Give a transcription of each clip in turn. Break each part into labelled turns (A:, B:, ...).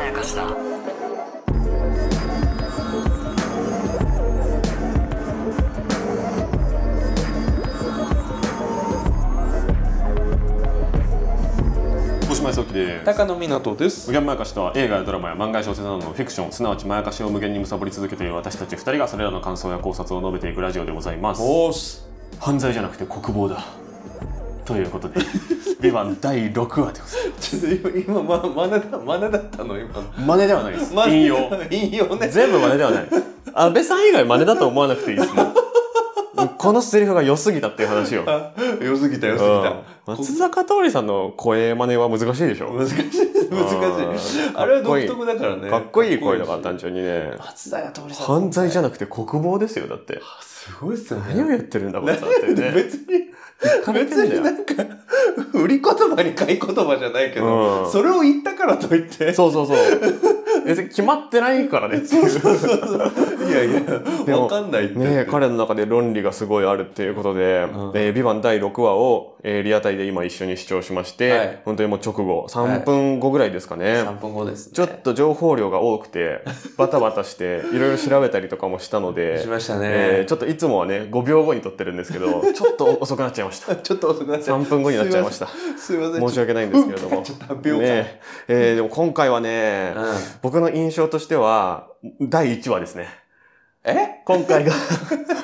A: やかしだ
B: もしもやそうきです
C: 高野湊です
B: 無限まやかしとは映画やドラマや漫画や小説などのフィクションすなわちまやかしを無限に貪り続けている私たち2人がそれらの感想や考察を述べていくラジオでございます
C: おーす
B: 犯罪じゃなくて国防だということ で「ビバン第6話でございま
C: ちょっと 今ま真似だ真似だったの今の
B: す真似ではないです
C: 真似
B: 引用
C: 引用 ね
B: 全部真似ではない安倍さん以外真似だと思わなくていいですもうこのセリフが良すぎたっていう話よ
C: あ良すぎた良す
B: うん
C: ぎた
B: 松坂桃李さんの声真似は難しいでしょ
C: 難しい難しい
B: うん
C: あれは
B: かっこい
C: 独
B: い
C: 特だからね
B: かっこいい声だから
C: った
B: 単純にね
C: 松田通りさん
B: 犯罪じゃ
C: ゃ
B: なくて国防ですよだって
C: すごいっすよ
B: 何を
C: ね
B: やってるんだこいつはっていうね
C: 別に
B: かれ
C: 別
B: てんだよ
C: になんか売り言葉に買い言葉じゃないけど、
B: うん
C: それを言ったからといって
B: そうそうそう別に決まってないからねっていう
C: いやいや
B: でも
C: わかんないって
B: ねえ彼の中で論理がすごいあるっていうことで
C: う
B: 「
C: ん
B: えービバン第6話を、えーリアタイで今一緒に視聴しまして、
C: はい
B: 本当にもう直後3分後ぐらいですかね、
C: 3分後ですね
B: ちょっと情報量が多くてバタバタしていろいろ調べたりとかもしたので
C: しましたね、
B: えーちょっといつもはね5秒後に撮ってるんですけどちょっと遅くなっちゃいま した
C: ちょっと遅くなっちゃう
B: 3分後になっちゃいました
C: すいません
B: 申し訳ないんですけれども
C: ちょっと発表会
B: ねええーでも今回はね、
C: うん
B: 僕の印象としては第1話ですね
C: え
B: 今回 が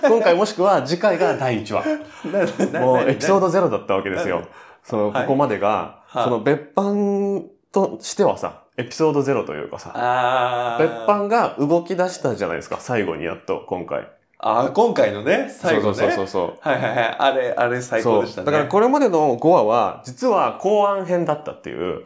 B: 今回もしくは次回が第1話
C: なな
B: も
C: な
B: うエピソードゼロだったわけです
C: な
B: よ
C: な
B: その
C: は
B: こ
C: い
B: こまでが、
C: はい
B: その別班としてはさエピソードゼロというかさ
C: あー
B: 別班が動き出したじゃないですか最後にやっと今回
C: あー今回のね最後ね
B: そうそうそうそう
C: はいはいはいあれあれ最高でし
B: そ
C: たね
B: うだからこれまでの5話は実は公安編だったっていう、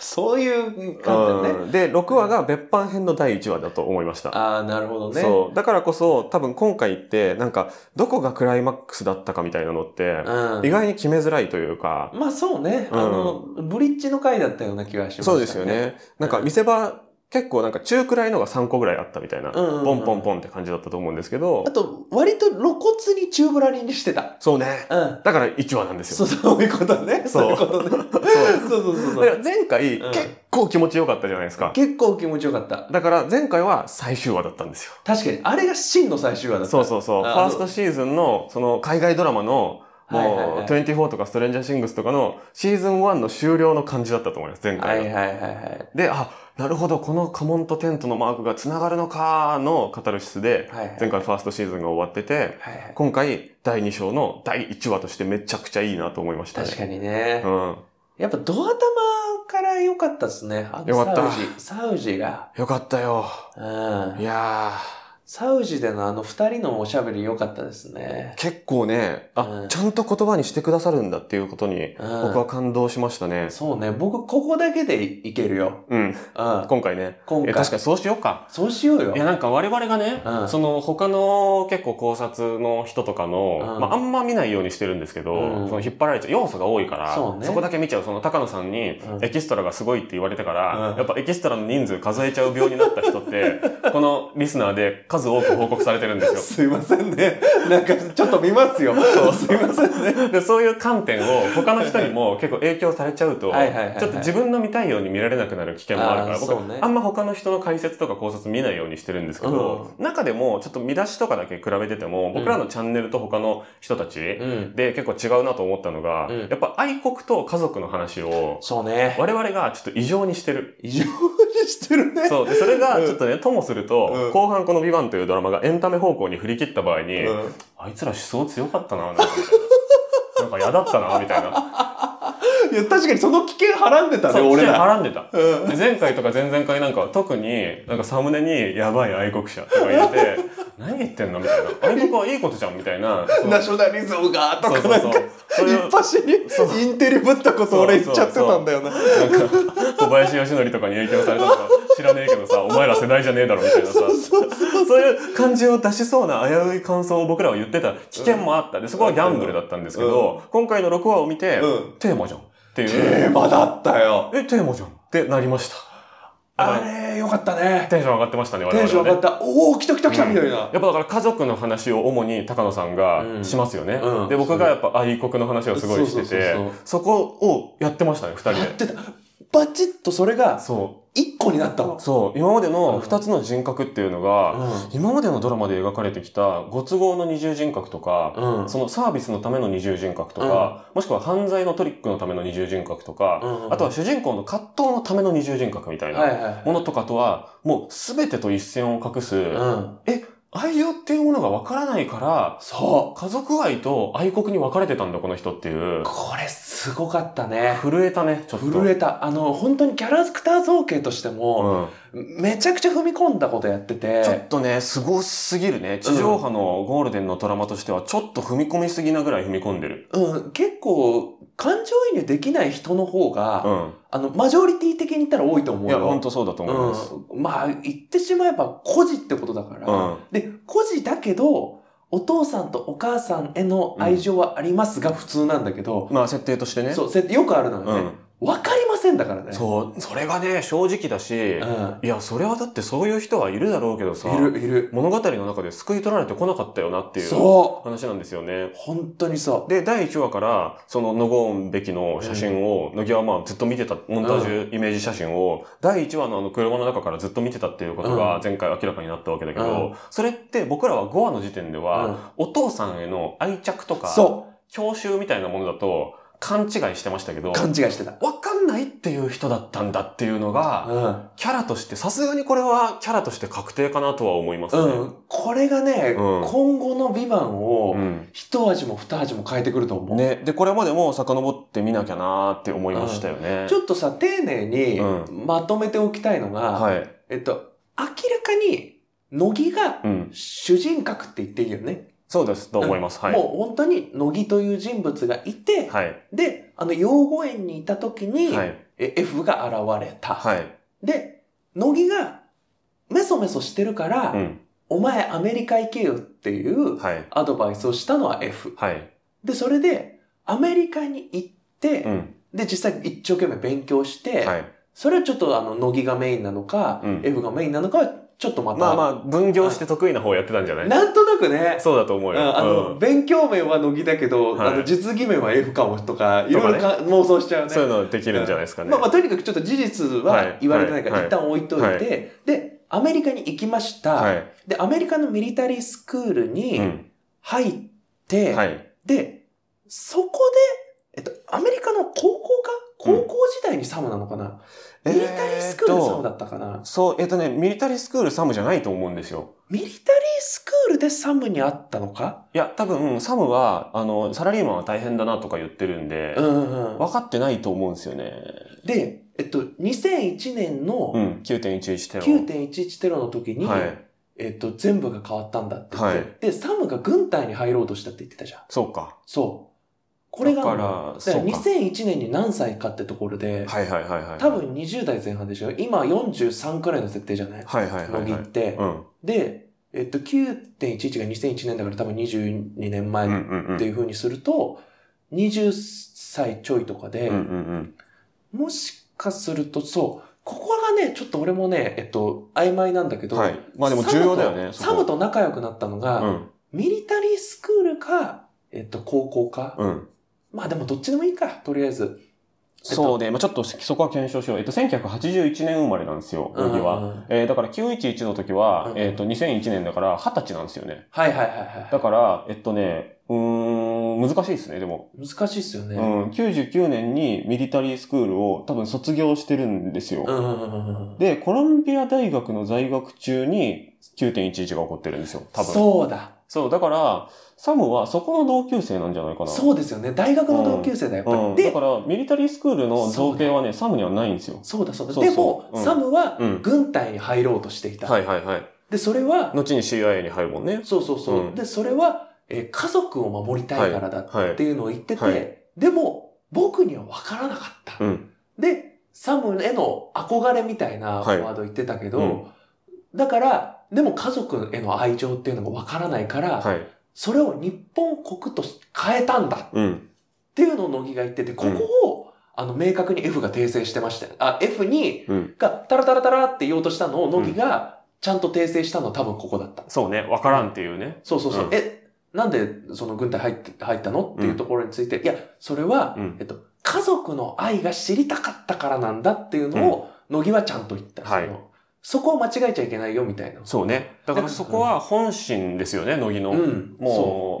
C: そういう観点ね
B: うんで6話が別班編の第1話だと思いました、
C: ああなるほどね
B: そうだからこそ多分今回ってなんかどこがクライマックスだったかみたいなのって
C: うん
B: 意外に決めづらいというか、
C: まあそうね、
B: うん
C: あのブリッジの回だったような気がしました
B: そうですよねなんか見せ場結構なんか中くらいのが3個ぐらいあったみたいな、
C: うんうんうん
B: ポンポンポンって感じだったと思うんですけど
C: あと割と露骨に中ぶらりんにしてた
B: そうね
C: うん
B: だから1話なんです
C: そ
B: よ
C: うそういうことね
B: そう
C: そういうことねそうそうそ
B: だか
C: うそう
B: ら前回、
C: うん
B: 結構気持ちよかったじゃないですか
C: 結構気持ちよかった
B: だから前回は最終話だったんですよ
C: 確かにあれが真の最終話だった
B: そうそうそう。フ
C: あ
B: ァーストシーズンの、その海外ドラマの、
C: はいはい
B: も
C: は
B: う、
C: い
B: 24とかストレンジャーシングスとかのシーズン1の終了の感じだったと思います、前
C: は
B: 回
C: い
B: が。
C: はいはいはい
B: で、あ、なるほど、この家紋とテントのマークが繋がるのかのカタルシスで、
C: はいはい
B: 前回ファーストシーズンが終わってて、
C: はいはい
B: 今回第2章の第1話としてめちゃくちゃいいなと思いましたね。
C: 確かにね、
B: うん。
C: やっぱドア玉から良かったですねあの
B: 良かった
C: サウジサウジが、
B: よかったよ。
C: う
B: い
C: ん、
B: や
C: サウジでのあの二人のおしゃべり良かったですね
B: ー、結構ね、あ、
C: うん
B: ちゃんと言葉にしてくださるんだっていうことに、
C: うん
B: 僕は感動しましたね。
C: そうね僕ここだけでいけるよ、
B: うん。
C: うん、
B: 今回ね。
C: 今
B: え
C: 回
B: 確かにそうしようか。
C: そうしようよ
B: いやなんか我々がね、
C: うん
B: その他の結構考察の人とかの、
C: うん
B: まあ、あんま見ないようにしてるんですけど、
C: うん
B: その引っ張られちゃう要素が多いから
C: そうね
B: こだけ見ちゃうその高野さんに
C: うん
B: エキストラがすごいって言われてから、
C: うん
B: やっぱエキストラの人数数えちゃう病になった人って このリスナーで数多く報告されてるんです
C: すいませんね なんかちょっと見ますよそうすいませんね
B: よ。でそういう観点を他の人にも結構影響されちゃうと
C: はいはいはいはい
B: ちょっと自分の見たいように見られなくなる危険もあるか
C: あ
B: ら
C: ー
B: 僕
C: そうね
B: あんま他の人の解説とか考察見ないようにしてるんですけど、中でもちょっと見出しとかだけ比べてても僕らのチャンネルと他の人たち
C: うん
B: で結構違うなと思ったのが、
C: うん
B: やっぱ愛国と家族の話を
C: そうね
B: 我々がちょっと異常にしてる。
C: 異常にしてるね
B: そう。で、それが
C: うん
B: ちょっとね、ともすると、
C: うん
B: 後半この「ビバンというドラマがエンタメ方向に振り切った場合に、
C: うん
B: あいつら思想強かったな、なんかみたいな。なんか嫌だったな、みたいな。
C: いや確かにその危険はらん でたね
B: そう
C: 俺
B: 危険
C: ら
B: はらんでた。
C: うん
B: で前回とか前々回なんかは特になんかサムネに「やばい愛国者」とか言って 「何言ってんの?」みたいな「愛国はいいことじゃん」みたいなそう
C: ナショナリズムがとかなん
B: そ
C: か
B: うそうそうそういう
C: 一発にインテリぶったこと俺言っちゃってたんだよな
B: なんか小林義則とかに影響されたのか知らねえけどさお前ら世代じゃねえだろみたいなさそういう感じを出しそうな危うい感想を僕らは言ってた危険もあったでそこはギャンブルだったんですけど今回の6話を見て
C: うん
B: 「テーマじゃん」っていう
C: テーマだった
B: 「
C: よ
B: えテーマじゃん」ってなりました
C: あれよかったね
B: テンション上がってましたね我々
C: テ
B: は
C: ン
B: ね
C: ション上がったおお来た来た来たみたいな
B: やっぱだから家族の話を主に高野さん
C: う
B: が
C: ん
B: しますよね、
C: うん
B: で僕がやっぱ愛国の話をすごいして
C: そうそう
B: て
C: そうそう
B: そこをやってましたね2人
C: や
B: で
C: ってたバチッとそれが
B: そ
C: 一個になったわ。
B: そう、今までの二つの人格っていうのが、
C: う
B: 今までのドラマで描かれてきた、ご都合の二重人格とか、
C: ん。うん。
B: そのサービスのための二重人格とか、もしくは犯罪のトリックのための二重人格とか、
C: うん
B: あとは、主人公の葛藤のための二重人格みたい
C: はい
B: な
C: はいはい。
B: ものとかとは、もう全てと一線を画す、
C: うん。
B: 愛情っていうものがわからないから、
C: そ
B: 家族愛と愛国に分かれてたんだ、この人っていう
C: う。。これすごかったね。
B: 震えたね、ちょっと。
C: 震
B: え
C: えた。あの、本当にキャラクター造形として
B: た。
C: も、
B: うん。
C: めちゃくちゃ踏み込んだことやって、
B: ちょってとね、すごすぎるね。地上波のゴールデンのドラマとしては、ちょっと踏み込みすぎなぐらい踏み込んでる。
C: うん、結構、感情移入できない人の方が、
B: うん。
C: あの、マジョリティ的に言ったら多いと思う
B: い
C: よ。
B: や、ほんとそうだと思います。
C: うん。まあ、言ってしまえば孤児ってことだから。
B: うん
C: で、孤児だけど、お父さんとお母さんへの愛情はありますが普通なんだけど、
B: まあ、設定としてね。
C: そう、せよくあるの
B: う
C: よね。わ、かりませんだからね。
B: ん。そう、それがね、正直だし、
C: う
B: いや、それはだってそういう人はいるだろうけどさ、
C: ん。いる、いる。
B: 物語の中で救い取られてこなかったよなっていう
C: そ
B: 話なんですよね
C: う。。本当にそう。
B: で、第1話から、その、ノゴーンべきの写真を、乃木はまあずっと見てた、モンタージュイメージ写真を、第1話のあの車の中からずっと見てたっていうこと
C: う
B: が
C: ん
B: 前回明らかになったわけだけ
C: う
B: ど、それって僕らは5話の時点で
C: う
B: は、
C: ん
B: お父さんへの愛着とか、
C: そ
B: 教習みたいなものだと勘違いしてましたけど
C: う。、勘違いしてた。
B: わかんないっていう人だったんだっていうの
C: う
B: が、
C: ん。
B: キャラとして、さすがにこれはキャラとして確定かなとは思いますね。
C: うん。これがね、
B: うん
C: 今後の美版
B: う
C: を、
B: ん
C: 一味も二味も変えてくると思う。
B: ね、で、これまでも遡ってみなきゃなーって思いましたよね。
C: ちょっとさ、丁寧に
B: う
C: まとめておきたいのが、
B: はい。
C: えっと、明らかに、乃木が
B: うん。
C: 主人格って言っていいよね。
B: そうです、と思います。はい。
C: もう本当に乃木という人物がいて、
B: はい。
C: で、あの、養護園にいた時に、
B: はい。
C: え F が現れた。
B: はい。
C: で、乃木が、メソメソしてるから、
B: うん。
C: お前アメリカ行けよっていう
B: はい。
C: アドバイスをしたのは F。
B: はい。
C: で、それで、アメリカに行って、
B: うん。
C: で、実際一生懸命勉強して、
B: はい。
C: それはちょっとあの、乃木がメインなのか、
B: うん
C: F がメインなのかは、ちょっとまた、
B: まあまあ、分業して得意な方やってたんじゃない
C: なんとなくね、
B: そうだと思
C: う
B: うんよ。
C: あの、
B: うん
C: 勉強面は乃木だけど、
B: はい
C: あの実技面は F かもとか、いろいろか妄想しちゃうね。
B: そういうのできるんじゃないですかね。
C: まあまあ、とにかくちょっと事実
B: は
C: はい言われてないから、
B: はい
C: 一旦置いといて、
B: はい
C: で、アメリカに行きました、
B: はい。
C: で、アメリカのミリタリースクール
B: う
C: に
B: ん。
C: 入って、
B: はい。
C: で、そこで、えっと、アメリカの高校か高校時代にサムなのかな、
B: うん
C: ミリタリースクールでサムだったかな、
B: そう、えっとね、ミリタリースクールサムじゃないと思うんですよ。
C: ミリタリースクールでサムに会ったのか
B: いや、多分、サムは、あの、サラリーマンは大変だなとか言ってるんで、
C: ん
B: 分かってないと思うんですよね。
C: で、えっと、2001年
B: う
C: の
B: ん。9.11テロ。
C: 9.11テロの時に、
B: はい。
C: えっと、全部が変わったんだって言って、
B: はい
C: で、サムが軍隊に入ろうとしたって言ってたじゃん。
B: そうか。
C: そう。これが、
B: だから
C: だから
B: そうか
C: 2001年に何歳かってところで、
B: はいはいはいはい。
C: 多。分20代前半でしょ今43くらいの設定じゃない
B: はいはいはい
C: 乃
B: は
C: 木
B: い
C: っ。て。
B: うん。
C: で、えっと、9.11が2001年だから多分22年前
B: うんう
C: っ
B: んうん。
C: ていうふうにすると、20歳ちょいとかで、
B: うんうんうん。
C: もしかすると、そう、ここがね、ちょっと俺もね、えっと、曖昧なんだけど、
B: はい。まあでも重要だよね。
C: サムとサムと仲良くなったの
B: そ
C: が、
B: こうん。
C: ミリタリースクールか、えっと、高校か。
B: うん。
C: まあでもどっちでもいいか、とりあえず。
B: そうで、まあ、ちょっとそこは検証しよう。えっと、1981年生まれなんですよ、乃木
C: うん
B: は。
C: うんうん
B: えーだから911の時は
C: う、ん
B: えっと、2001年だから20歳なんですよね。
C: はいはいはい
B: だ
C: は
B: から、えっとね、うーん、難しいですね、でも。
C: い。難しいっすよね。
B: う。ん、99年にミリタリースクールを多分卒業してるんですよ。
C: うんうんうんうんうん。
B: で、コロンビア大学の在学中に9.11が起こってるんですよ、多分。そう。
C: そうだ。
B: だから、サムはそこの同級生なんじゃないかな。
C: そうですよね。大学の同級生だ、やっぱり。
B: うん、だ
C: で
B: か、ら、ミリタリースクールの造形はね、サムにはないんですよ。
C: そうだそうだ。
B: そうそう
C: でも、
B: うん
C: サムは
B: うん
C: 軍隊に入ろうとしていた。
B: いはいはい。
C: で、それは、
B: 後に CIA に入るもんね。
C: そうそうそう。
B: うん
C: で、それは、えー家族を守りたいからだっ
B: はい
C: て。いうのを言ってて、
B: はいは
C: でも、僕には分からなかった。
B: うん。
C: で、サムへの憧れみたいなワ
B: はい
C: ード言ってたけど、
B: うん
C: だから、でも家族への愛情っていうのが分からないから、
B: はい。
C: それを日本国と変えたんだっ
B: うん。
C: ていうのを乃木が言ってて、ここを、あの、明確に F が訂正してましたよ。あ、F に、
B: うん
C: が、タラタラタラって言おうとしたのを乃木が、ちゃんと訂正したのは多分ここだった。
B: そうね、わからんっていうね。
C: そうそうそう。
B: うん
C: え、なんでその軍隊入って入ったのっていうところについて、いや、それは、
B: うん
C: えっと、家族の愛が知りたかったからなんだっていうのを、乃木はちゃんと言った。
B: はい
C: そのそこを間違えちゃいけないよみたいな。
B: そうね。だからそこは本心ですよね、乃木の。
C: うん。そ。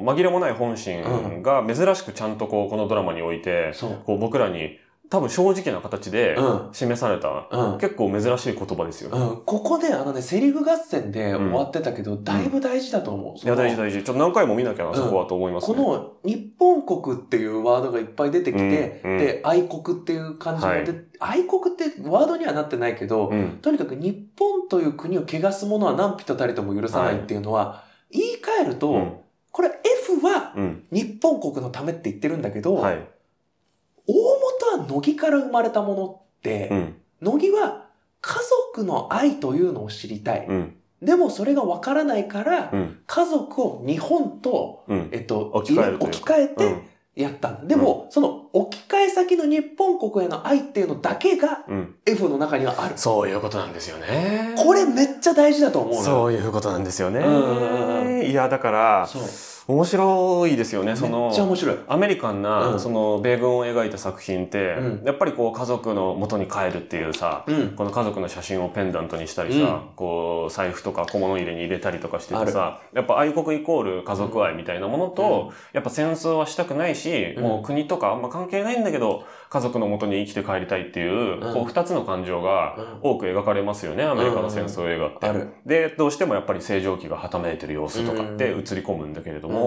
B: もう、紛れもない本心が珍しくちゃんとこう、このドラマにおいうて、
C: そう。
B: こう僕らに多分正直な形で
C: うん。
B: 示された、
C: うん。
B: 結構珍しい言葉ですよ。
C: うん、ここで、あのね、セリフ合戦で終わってたけど、だいぶ大事だと思
B: い
C: う。
B: や、
C: その
B: 大事大事。ちょっと何回も見なきゃな、
C: うん
B: そこはと思います
C: こ
B: ね。
C: の日本国っていうワードがいっぱい出てきて、
B: うんうん
C: で、愛国っていう感じが出て、愛国ってワードにはなってないけど、
B: うん。
C: とにかく日本という国を汚すものは何人たりとも許さないっていうのは、言い換えると、
B: うん。
C: これ F は
B: うん。
C: 日本国のためって言ってるんだけど、
B: はい。
C: 大元は乃木から生まれたものって、
B: うん。
C: 乃木は家族の愛というのを知りたい。
B: うん。
C: でもそれがわからないから、
B: うん。
C: 家族を日本と、
B: うん。
C: えっと、
B: 置き換えるというか
C: 置き換え
B: う
C: て、
B: ん。
C: やったんだ。でも、その置き換え先の日本国への愛っていうのだけが
B: うん。
C: F の中にはある。
B: そういうことなんですよね。
C: これめっちゃ大事だと思うのよ。
B: そういうことなんですよ
C: うんうんうん
B: ね。いや、だから、
C: そう。
B: 面白いですよね、その。
C: めっちゃ面白い。
B: アメリカンな、
C: うん
B: その米軍を描いた作品って、
C: うん
B: やっぱりこう家族の元に帰るっていうさ、
C: うん。
B: この家族の写真をペンダントにしたりさ、
C: うん
B: こう財布とか小物入れに入れたりとかして
C: あ
B: て
C: る
B: さ、やっぱ愛国イコール家族愛みたいなものと、やっぱ戦争はしたくないし、
C: うん
B: もう国とかあんま関係ないんだけど、家族の元に生きて帰りたいっていう、
C: うん
B: こう二つの感情が
C: うん
B: 多く描かれますよね、アメリカの戦争映画って。
C: ある。
B: で、どうしてもやっぱり正常期がはためいてる様子とかって映り込むんだけれども、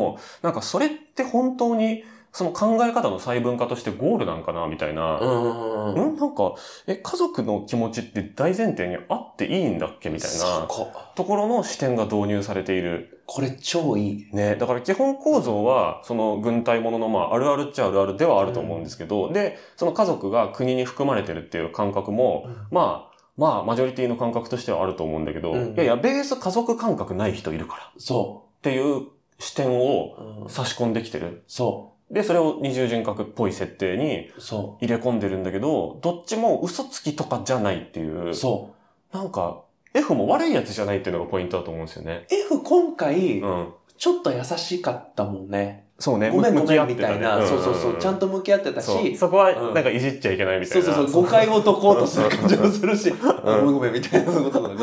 B: なんかそれって本当にその考え方の細分化としてゴールなんかなみたいな。
C: うん。
B: うん、なんか、え、家族の気持ちって大前提にあっていいんだっけみたい
C: そ
B: な
C: こ。
B: ところの視点が導入されている。
C: これ超いい。
B: ね。だから基本構造は、その軍隊ものの、まあ、あるあるっちゃあるあるではあると思うんですけど、で、その家族が国に含まれてるっていう感覚も、まあ、まあ、マジョリティの感覚としてはあると思うんだけど、
C: うん
B: いやいや、ベース家族感覚ない人いるから
C: そ
B: っていう視点を
C: う。うん
B: 差し込んできてる。
C: そ
B: で、それを二重人格っぽい設定に
C: う。そ
B: 入れ込んでるんだけど、どっちも嘘つきとかじゃないっていう
C: う。、そ
B: なんか、F も悪いやつじゃないっていうのがポイントだと思うんですよね。
C: う。F 今回
B: う、ん。
C: ちょっと優しかったもんね。
B: そうね。
C: ごめんご
B: 向き
C: め
B: 合
C: ん
B: って
C: みたい
B: ね
C: な。
B: ん
C: そうそうそう。ちゃんと向き合ってた
B: そう
C: し、
B: そこは、
C: うん
B: なんかいじっちゃいけないみた
C: そ
B: いうな。
C: そうそう、誤解を解こうとする感じもするし、ごめ
B: うん
C: んごめんみたいなこととか
B: う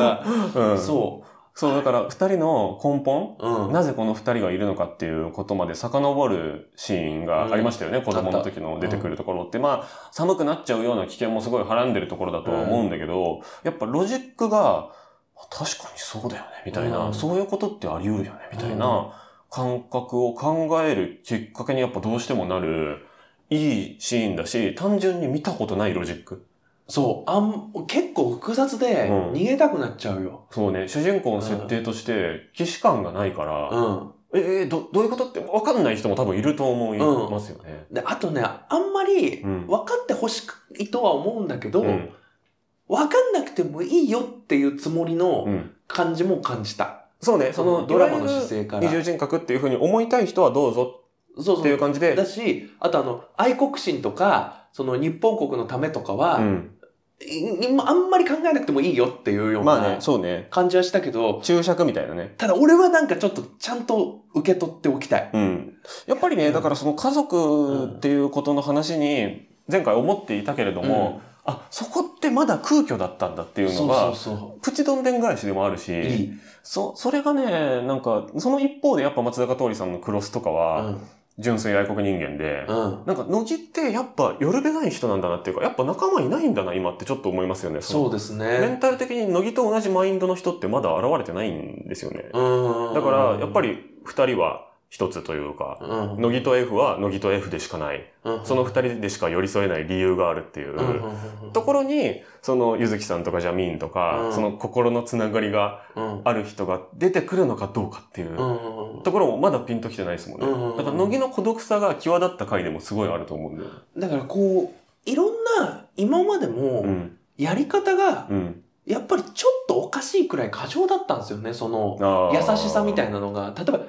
C: が、
B: ん
C: そ
B: そう、だから、二人の根本
C: う。うん。
B: なぜこの二人がいるのかっていうことまで遡るシーンがありましたよね、子供の時の出てくるところって、まあ寒くなっちゃうような危険もすごいはらんでるところだとは思うんだけど、やっぱロジックが確かにそうだよねみたいな、
C: うん
B: そういうことってあり得るよねみたいうな感覚を考えるきっかけにやっぱどうしてもなるいいシーンだし単純に見たことないロジック
C: そう、あん、結構複雑で、
B: うん
C: 逃げたくなっちゃうよ。
B: そうね主人公の設定として既視感がないから、
C: うん。
B: ええどどういうことって分かんない人も多分いると思いますよね。
C: で、あとね、あんまり、
B: うん
C: 分かってほしいとは思うんだけど、
B: うん
C: 分かんなくてもいいよっていうつもりの感じも感じた。
B: そうね、その
C: ドラマの姿
B: いわ
C: 勢か
B: ゆる
C: ら。
B: 二
C: そ
B: 重
C: う
B: 人格っていうふうに思いたい人はどうぞ
C: そう。
B: っていう感じで、
C: だし、あとあの、愛国心とか、その日本国のためとかは、
B: うん
C: いいあんまり考えなくてもいいよっていうよう
B: まあね
C: な、
B: そうね、
C: 感じはしたけど、
B: 注釈みたいなね。
C: ただ俺はなんかちょっとちゃんと受け取っておきたい。
B: うん、やっぱりね、
C: うん
B: だからその家族っていうことの話に前回思っていたけれども、あそこってまだ空虚だったんだっていう
C: そ
B: の
C: うそ
B: が
C: うそ
B: プチどんでん返しでもあるし
C: う。いい。
B: そそれがねなんかその一方でやっぱ松坂桃李さんの「クロス」とか
C: う
B: は
C: ん。
B: 純粋愛国人間で、
C: うん。
B: なんか乃木ってやっぱ寄るべない人なんだなっていうかやっぱ仲間いないんだな今ってちょっと思いますよね。の
C: そうです
B: メ
C: ね
B: ン。タル的に乃木と同じマインドの人ってまだ現れてないんですよね。
C: うん。
B: だから、やっぱ、り二人は一つというか、
C: うん。
B: 乃木と F は乃木と F でしかない。
C: うん
B: その二人でしか寄り添えない理由があるっていう。
C: うん
B: ところに、その、ゆずきさんとかジャミーンとか、
C: うん
B: その心のつながりが
C: うん。
B: ある人が出てくるのかどうかっていうう、
C: ん。
B: ところもまだピンときてないですもんね。
C: うん
B: だから、乃木の孤独さが際立った回でもすごいあると思うんだよね。
C: だからこう、いろんな、今まで
B: う
C: も、
B: ん。
C: やり方が
B: う、ん。
C: やっぱりちょっとおかしいくらい過剰だったんですよね、その、
B: あ
C: 優しさみたい
B: な。
C: なのが。例えば、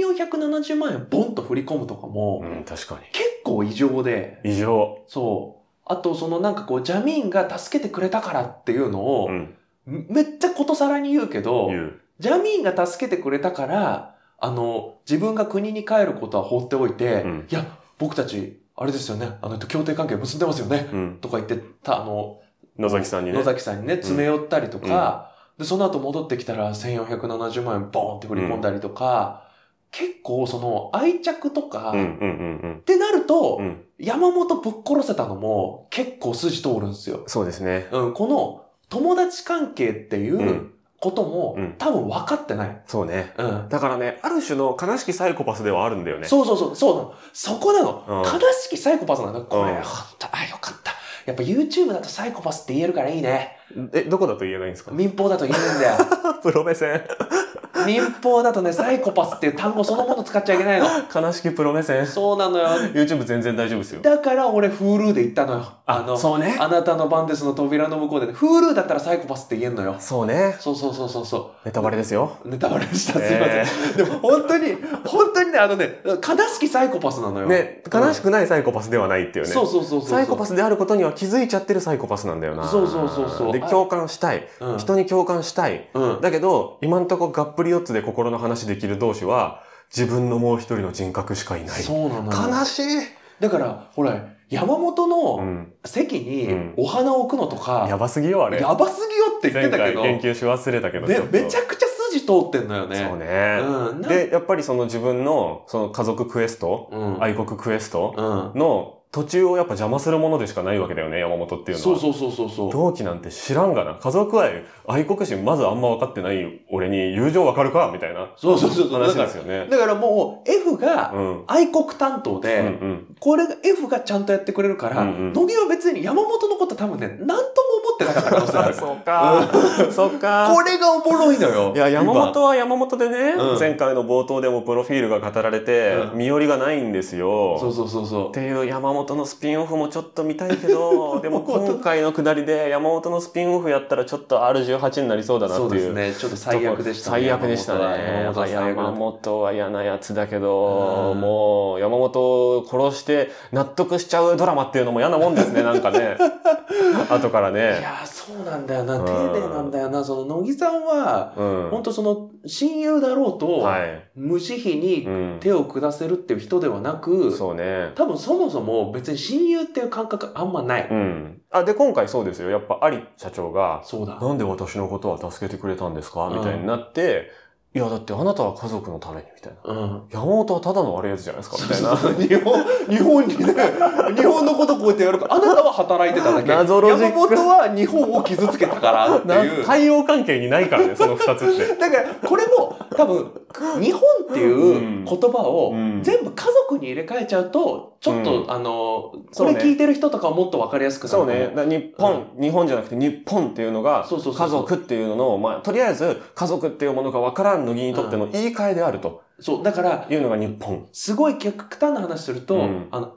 C: 1470万円ボンと振り込むとかも
B: う、ん、確か
C: 結構異常で、
B: に。異常。
C: そう。あと、そのなんかこう、ジャミーンが助けてくれたからっていうのを
B: う、ん。
C: めっちゃことさらに言うけど、
B: 言う。
C: ジャミーンが助けてくれたから、あの、自分が国に帰ることは放っておいて、
B: うん
C: いや、僕たち、あれですよね、あの、協定関係結んでますよね、
B: うん。
C: とか言ってた、あの、
B: 野崎さんにね
C: 野。崎さんにね、詰め寄ったりとか、で、その後戻ってきたら1470万円ボーンって振り込んだりとか、結構その愛着とか、
B: うんう
C: っ
B: んうん
C: てなると
B: うん。う、ん。
C: 山本ぶっ殺せたのも結構筋通るんですよ。
B: そうですね。。
C: うん、この友達関係っていううんことも、
B: うん
C: 多分分かってない。
B: そうね。
C: うん。
B: だからね、ある種の悲しきサイコパスではあるんだよね。
C: そうそうそう、そうなの。そこなの。
B: うん
C: 悲しきサイコパスなんだ。これ、
B: うん
C: ほんと、あ、よかった。やっぱ YouTube だとサイコパスって言えるからいいね。
B: え、どこだと言えないんですか
C: 民放だと言えるんだよ。
B: プロ目線。
C: 民放だとね、サイコパスっていう単語そのもの使っちゃいけないの。
B: 悲しきプロ目線。
C: そうなのよ。
B: YouTube 全然大丈夫ですよ。
C: だから俺、Hulu で言ったのよ。あの、
B: そうね。
C: あなたの番ですの扉の向こうでね、Hulu だったらサイコパスって言えんのよ。
B: そうね。
C: そうそうそうそうそう。
B: ネタバレですよ。
C: ネタバレした、すいません。
B: え
C: でも本当に、本当にね、あのね、悲しきサイコパスなの
B: ー
C: よ。
B: ね、悲しくないサイコパスではないっていうね。
C: そうそうそうそう。
B: サイコパスであることには気づいちゃってるサイコパスなんだよな。
C: そうそうそうそう
B: で、
C: あ
B: 共感したい。
C: うん、
B: 人に共感したい。
C: うん。
B: だけど、今んとこがっぷり四つで心の話できる同士は、自分のもう一人の人格しかいない。
C: そうなのよ。
B: 悲しい。
C: だから、ほら、山本
B: う
C: の
B: ん。う
C: 席に
B: ん
C: お花を置くのとか、
B: やばすぎよ、あれ。
C: やばすぎよって言っ
B: 前
C: てた
B: 回
C: けど、
B: 言及し忘れたけど。ょっ
C: ね
B: と、
C: めちゃくちゃ筋通ってんのよね。
B: そうね。
C: うん。な、
B: で、やっぱりその自分の、その家族クエスト、
C: うん。
B: 愛国クエスト
C: うん。
B: の途中をやっぱ邪魔するものでしかないわけだよね、山本っていうのは。
C: そうそうそうそうそう。
B: 同期なんて知らんがな。家族愛、愛国心まずあんま分かってない俺に友情分かるかみたいな
C: そうそうそうそう。だ
B: 話
C: か
B: で
C: ら
B: すよね。
C: だからもう F が
B: うん。
C: 愛国担当で、
B: うんうん。
C: これが F がちゃんとやってくれるから、
B: うんうん
C: 乃木は別に山本のこと多分ね、何とも思ってなかった可能性あ
B: あ
C: る。
B: そうか。そうか
C: こ。れがおもろいのよ。
B: いや、山本は山本でね、
C: うん
B: 前回の冒頭でもプロフィールが語られて、
C: うん
B: 身寄りがないんです
C: 今。そう
B: よ。
C: そうそうそ
B: っていう山本のスピンオフもちょっと見たいけ ど、でも今回のくだりで山本のスピンオフやったらちょっと R18 になりそうだ
C: う。
B: な
C: そ
B: っ
C: う
B: て
C: で
B: いう
C: す。ね。ちょっと最悪でしたね。
B: 最悪でしたね。
C: 山本は最悪だ
B: 山
C: った
B: 本は嫌なやつだけど、
C: うん
B: もう山本を殺して納得しちゃうドラマっていうのも嫌なもんですね、なんか ね。後から
C: い
B: ね。
C: やー、そうなんだよ
B: う
C: な。
B: ん
C: 丁寧なんだよな。その、乃木さんは、
B: うん。
C: 本当その、親友だろうと、
B: はい。
C: 無慈悲
B: う
C: に
B: ん。
C: 手を下せるっていう人ではなく、
B: そうね。
C: 多分そもそも別に親友っていう感覚あんまない。
B: うん。あ、で、今回そうですよ。やっぱ、アリ社長が、
C: そうだ。
B: なんで私のことは助けてくれたんですか
C: うん
B: みたいになって、いや、だってあなたは家族のために、みたいな。
C: うん。
B: 山本はただの悪いやつじゃ ないですか、みたいな。
C: 日本、日本にね、日本のことこうやってやるから、あなたは働いてただ け。
B: 謎ロジック
C: 山本は日本を傷つけたからって い
B: な
C: う。
B: 対応関係にない からね、その二つって。
C: だから、これも多分、日本っていう言葉を
B: うん
C: 全部家族に入れ替えちゃうと、ちょっと、
B: う
C: あの、
B: そ
C: こ
B: う
C: れ
B: ね
C: 聞いてる人とかはもっとわかりやすくなる
B: そう
C: かも
B: ね。だから日本、日本じゃなくて日本っていうのが、
C: そうそうそう
B: 家
C: そう
B: 族っていうのの、まあ、とりあえず家族っていうものが分からんのぎにとっての言い換えであると
C: そう、だから、
B: いうのが日本。
C: すごい極端な話すると、
B: うん
C: あの、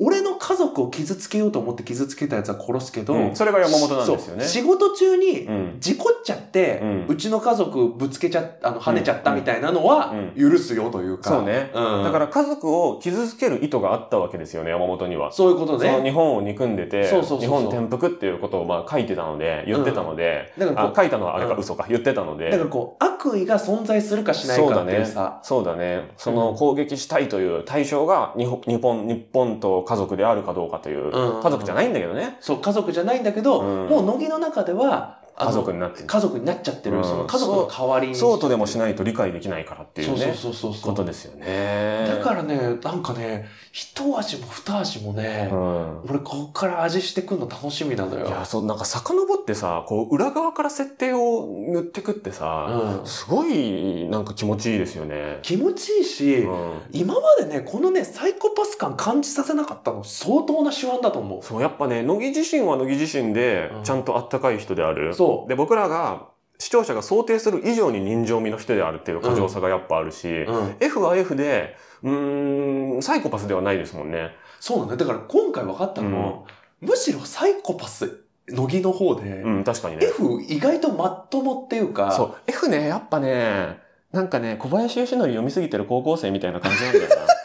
C: 俺の家族を傷つけようと思って傷つけたやつは殺すけど、
B: うんそれが山本なんですよね
C: そう。仕事中に
B: うん。
C: 事故っちゃって、
B: う
C: うんちの家族ぶつけちゃっあの跳ねちゃったみたいなのは許すよというか、
B: そうね。
C: うん
B: だから家族を傷つける意図があったわけですよね、山本には。
C: そういうこと
B: その
C: ね
B: 日本を憎んでて、
C: そうそうそうそう
B: 日本転覆っていうことをまあ書いてたので、言ってたので、
C: だから
B: あ
C: こ
B: 書いたのはあれか、
C: うん
B: 嘘か、言ってたの
C: うだか
B: で
C: ら、こう悪意が存在するかしないかっていうさ
B: そうだね。その攻撃したいという対象が日本、日本、日本と家族であるかどうかという、
C: うん
B: 家族じゃないんだけどね。
C: そう,、家族じゃないんだけど、
B: うん
C: もう乃木の中では
B: 家
C: あの
B: 族になってる
C: 家族になっちゃってる、
B: うん
C: その家族の代わりに
B: そうとでも
C: っ
B: しないと理解できないからっていうね
C: そうそうそうそ
B: こ
C: う
B: とですよね
C: だからねなんかね一足も二足もね、
B: うん
C: 俺こっから味してくんの楽しみなのよ
B: いやそうなんか遡ってさこう裏側から設定を塗ってくってさ、
C: うん、
B: すごいなんか気持ちいいですよね、
C: 気持ちいいし、
B: うん、
C: 今までね、このね、サイコパス感感じさせなかったの、相当な手腕だと思
B: そうやっぱね乃木自身は乃木自身で
C: うん
B: ちゃんとあったかい人である、
C: う。そ
B: で僕らが視聴者が想定する以上に人情味の人であるっていう過剰さがやっぱあるし、
C: う。うん。
B: F は F でうーんサイコパスではないですもんね
C: そうなんだよ。だから今回分かったのは、むしろサイコパス、乃木の方で、
B: うん確かにね
C: F 意外とまともっていうか、
B: そう F ねやっぱねなんかね小林義則読みすぎてる高校生みたいな感じなんだよ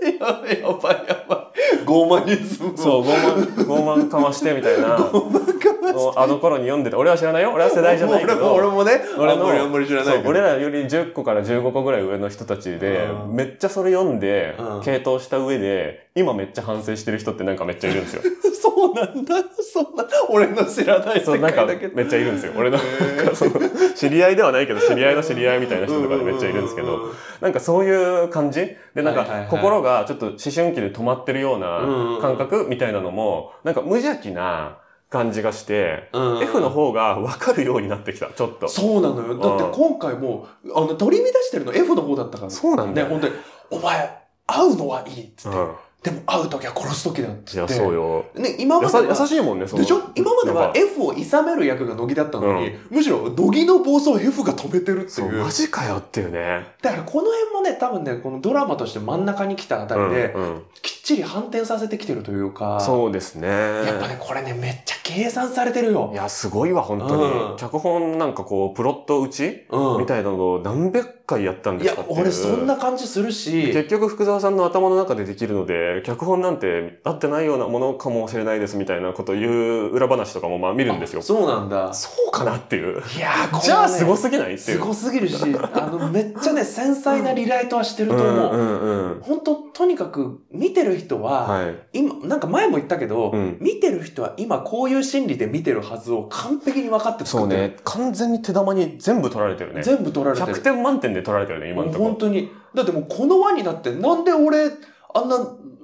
C: やばいやばいやばい。傲慢ニズム。
B: なそうう 傲慢傲慢かましてみたいな
C: 傲慢かまし
B: もうあの頃に読んでた俺は知らないよ俺は世代じゃないけ
C: もう俺
B: ど
C: も俺もね、
B: 俺
C: 俺
B: の
C: もあんまり知らない
B: そ
C: け
B: う
C: ど。
B: 俺らより10個から15個ぐらい上の人たちで
C: うん
B: めっちゃそれ読んで
C: うん
B: 傾倒した上で今めっちゃ反省してる人ってなんかめっちゃいるんですよ
C: そうそうなんだ。そんな、俺の知らない
B: そう
C: 世
B: なん
C: 界
B: か
C: だけど。
B: めっちゃいるんですよ俺の
C: へー
B: なんかその知り合いではないけど知り合いの知り合いみたいな人とかでめっちゃいるんですけど。なんかそういう感じでなん
C: はいはいは
B: か
C: い
B: 心がちょっと思春期で止まってるような感覚みたいなのもなんか無邪気な感じがして
C: うんうんうんうん
B: F の方が分かるようになってきたちょっと
C: そうなのよ。だって今回もう、あの、取り乱してるの F の方だったから。
B: そうなんだ
C: ね、
B: よね
C: 本当に、お前、会うのはいいっつって、
B: うん
C: でも会う時は殺す時だっつって。
B: いやそうよ
C: ね、今ま
B: 優
C: では
B: し優しいもんねその
C: でしょ今まで
B: なん
C: は
B: か
C: F を諌める役が乃木だったのに、
B: う
C: むしろ乃木の暴走を F が止めてるって
B: そ
C: いうう
B: マジかよっていうね
C: だからこの辺もね多分ねこのドラマとして真ん中に来たあたりで、
B: うんうん
C: きっちり反転させてきてるというか
B: そうですね
C: やっぱねこれねめっちゃ計算されてるよ
B: い、やすごいわ本当
C: うん
B: に脚本なんかこうプロット打ち
C: うん、
B: みたいなのを何百回やったん
C: い
B: です
C: や
B: かっていう
C: 俺そんな感じするし
B: 結局福沢さんの頭の中でできるので脚本なんて合ってないようなものかもしれないですみたいなことを言う裏話とかもまあ見るんですよ
C: あそうなんだ
B: そうかなっていう
C: いやーこれね
B: じゃあすごすぎないってい
C: す
B: う
C: ごすぎるしあのめっちゃね繊細なリライトはしてると思う、
B: うんうんうん
C: 本当とにかく見てる人は、
B: はい
C: 今なんか前も言ったけど、
B: うん
C: 見てる人は今こういう心理で見てるはずを完璧に分かって
B: そ
C: 作
B: う
C: ってる、
B: ね完全に手玉に全部取られてるね
C: 全部取られてる
B: 100点満点で取られてるね今のとこ
C: 本当にだってもうこの輪になってなんで俺あんな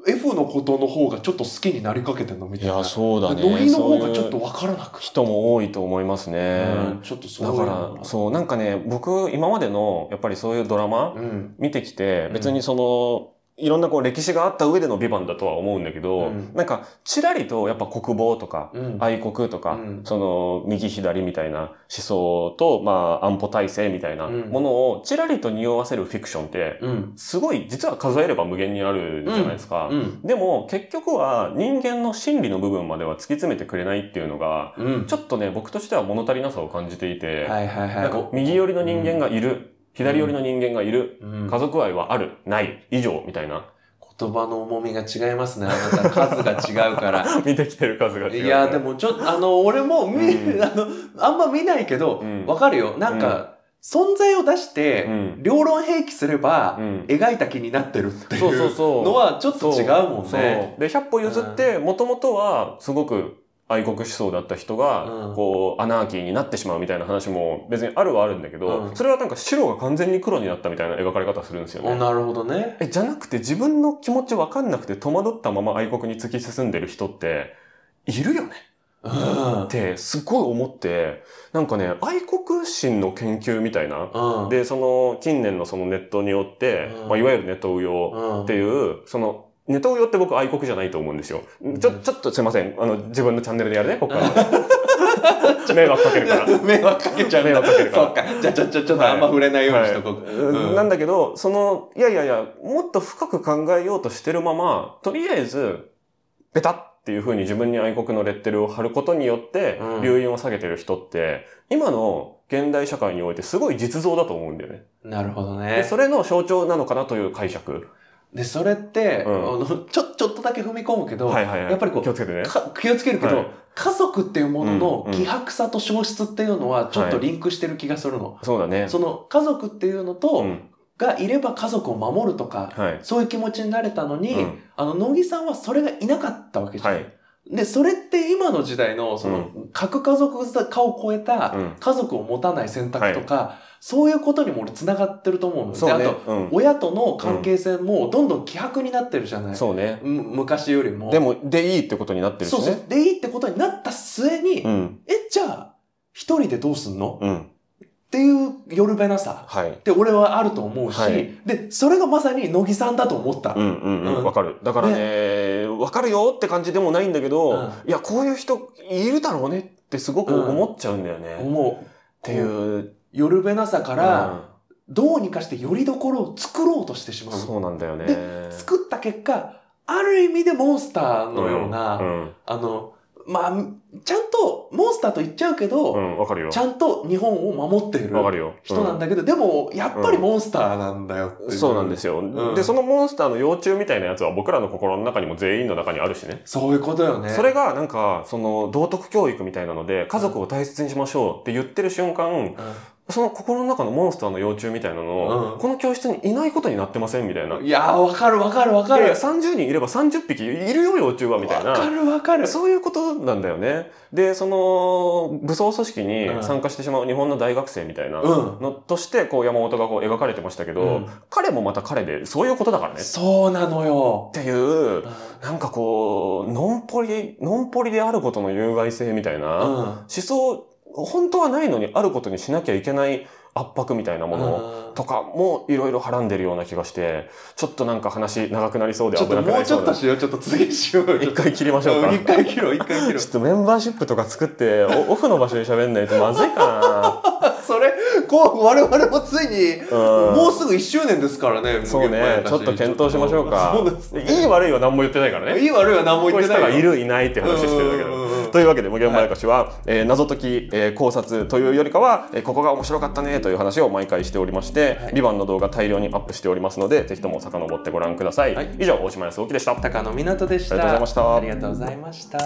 C: F のことの方がちょっと好きになりかけてんのみたいな
B: そう
C: ノリの方がちょっと分からなく
B: 人も多いと思います
C: うん、ちょっとそう
B: だ
C: いう
B: からそうなんかね僕今までのやっぱりそういうドラマ
C: うん
B: 見てきて
C: うん
B: 別にその、いろんなこう歴史があった上での「ビバンだとは思うんだけど、
C: うん
B: なんかちらりとやっぱ国防とか
C: うん
B: 愛国とか、
C: うん
B: その右左みたいな思想と、まあ、安保体制みたいな
C: うん
B: ものをちらりと匂わせるフィクションって
C: うん
B: すごい実は数えれば無限にあるじゃないですか。
C: うん
B: でも結局は人間の心理の部分までは突き詰めてくれないっていうのが
C: うん
B: ちょっとね僕としては物足りなさを感じていて、
C: はいはいはい
B: なんか右寄りの人間がいる、左寄りの人間がいる、
C: うん
B: 家族愛はある、ない、以上みたいな。
C: 言葉の重みが違いますねあなた数が違うから
B: 見てきてる数が違う。
C: いやでもちょっとあの俺も見、
B: うん
C: あのあんま見ないけど、
B: うん
C: わかるよなんか、存在を出し
B: う
C: て、
B: ん。
C: 両論併記すれば、
B: うん。
C: 描いた気になってるってい
B: そうそう
C: う
B: そう。
C: のはちょっと違うもん
B: そ
C: ね。
B: う。で、100歩譲って、もともとはすごく愛国思想だった人が、
C: うん
B: こう、アナーキーになってしまうみたいな話も別にあるはあるんだけど、
C: うん
B: それはなんか白が完全に黒になったみたいな描かれ方するんですよ
C: お
B: ね。
C: なるほどね。
B: え、じゃなくて自分の気持ちわかんなくて戸惑ったまま愛国に突き進んでる人って、いるよね。
C: う
B: っ
C: ん。
B: てすごい思ってなんかね愛国心の研究みたいな、
C: うん、
B: でその近年のそのネットによって、
C: うん
B: まあ、いわゆるネトウヨ
C: うん
B: っていうそのネトウヨって僕愛国じゃないと思うんですよちょちょっとすいませんあの自分のチャンネルでやるねこっから迷惑かけるから。
C: 迷惑かけちゃう
B: 迷
C: んだ。
B: 惑かけるか
C: そ
B: ら
C: っか。じゃあちょ、ちょ、ちょっとあんま触れないようにしとこう。うん
B: なんだけど、その、いやいやいや、もっと深く考えようとしてるまま、とりあえず、ベタっていう風に自分に愛国のレッテルを貼ることによって
C: う、ん
B: 留飲を下げてる人って、今の現代社会においてすごい実像だと思うんだよね。
C: なるほど
B: で
C: ね。
B: それの象徴なのかなという解釈。
C: で、それって、
B: うん
C: あのちょ、ちょっとだけ踏み込むけど、
B: はいはいはい。
C: やっぱりこう
B: 気をつけてね。
C: か気をつけるけど、
B: はい
C: 家族っていうもの
B: う
C: の
B: んうん
C: 希薄さと消失っていうのはちょっとリンクしてる気がするの。
B: そうだね。
C: その家族っていうのと、
B: ん。
C: がいれば家族を守るとか、
B: はい。
C: そういう気持ちになれたのに、
B: うん
C: あの、乃木さんはそれがいなかったわけじゃん。
B: はい
C: で、それって今の時代の、その、核家族化を超えた、
B: うん。
C: 家族を持たない選択とか、そういうことにも俺繋がってると思うので、
B: そう
C: あ
B: ね
C: と、。
B: う
C: 親との関係性もどんどん希薄になってるじゃない、
B: ん。そうね。
C: む昔よりも。
B: でも、でいいってことになってるし
C: そ
B: ね。
C: うそう。でいいってことになった末に、
B: うん。
C: え、じゃあ、一人でどうすんの
B: うん。
C: っていう夜べなさ。
B: はい。
C: って俺はあると思うし、
B: はい
C: で、それがまさに乃木さんだと思った。
B: うんうん
C: う
B: うんん、わかる。だからね、わかるよって感じでもないんだけど、
C: うん
B: いや、こういう人いるだろうねってすごく思っちゃうんだよね。っ
C: 思う。
B: ていう。
C: 夜べなさか、、
B: から
C: どうにかしてよりどころを作ろうとしてしまう。
B: そうなんだよね。
C: 作った結果、ある意味でモンスターのような、
B: ん。
C: あの、まあ、ちゃんと、モンスターと言っちゃうけど、
B: うん、わ、かるよ
C: ち。ゃんと日本を守っている
B: わかるよ。
C: 人なんだけど、でも、やっぱりモンスターなんだよっていう
B: うんそうなんですよ、
C: ん
B: で、そのモンスターの幼虫みたいなやつは僕らの心の中にも全員の中にあるしね。
C: そういうことよね。
B: それがなんか、その道徳教育みたいなので、家族を大切にしましょうって言ってる瞬間、
C: うん、
B: その心の中のモンスターの幼虫みたいなのを、
C: うん
B: この教室にいないことになってませんみたいな。
C: いやー、わかるわかるわか
B: いやいや
C: る。
B: 30人いれば30匹いるよ幼虫はみたい
C: わか
B: な。
C: るわかる。
B: そういうことなんだよね。で、その、武装組織に参加してしまう日本の大学生みたいな
C: うん。
B: のとして、こう山本がこう描かれてましたけど、
C: うん
B: 彼もまた彼で、そういうことだからね。っ
C: そうなのよ。
B: ていう、なんかこう、のんぽり、のんぽりであることの有害性みたいな、
C: う
B: 思
C: ん。
B: 想、本当はないのにあることにしなきゃいけない圧迫みたいなもの
C: うん
B: とかもいろいろはらんでるような気がして、ちょっとなんか話長くなりそうで
C: ちょ
B: 危
C: っと
B: なくな
C: もう
B: り
C: ちょ
B: そ
C: っ
B: う
C: と
B: な。
C: しよう、ちょっと次しようよ。
B: 一回切りましょうか。
C: 一回切ろう、一回切ろう
B: ちょっとメンバーシップとか作って、お オフの場所で喋んないとまずいか
C: それ、こう、我々もついに、
B: な。うん
C: もうすぐ1周年ですからね、
B: そう
C: 無限前
B: ね
C: だ、し
B: ちょっと検討しましょうか。
C: そうですね。
B: いい悪いは何も言ってないからね。
C: いい悪いは何も
B: こ
C: 言
B: う
C: っ
B: いう
C: て
B: 人
C: ないよ
B: がいるいないって話してるだけだ
C: うんうんうんうん
B: というわけで無限まやかしは、えー謎解き、えー考察というよりかは、えーここが面白かったねという話を毎回しておりまして「
C: はい
B: ビバンの動画大量にアップしておりますのでぜひとも遡ってご覧ください、
C: はい
B: 以上大島康之でしたあり
C: 高野湊でした。
B: がとうございました
C: ありがとうございました。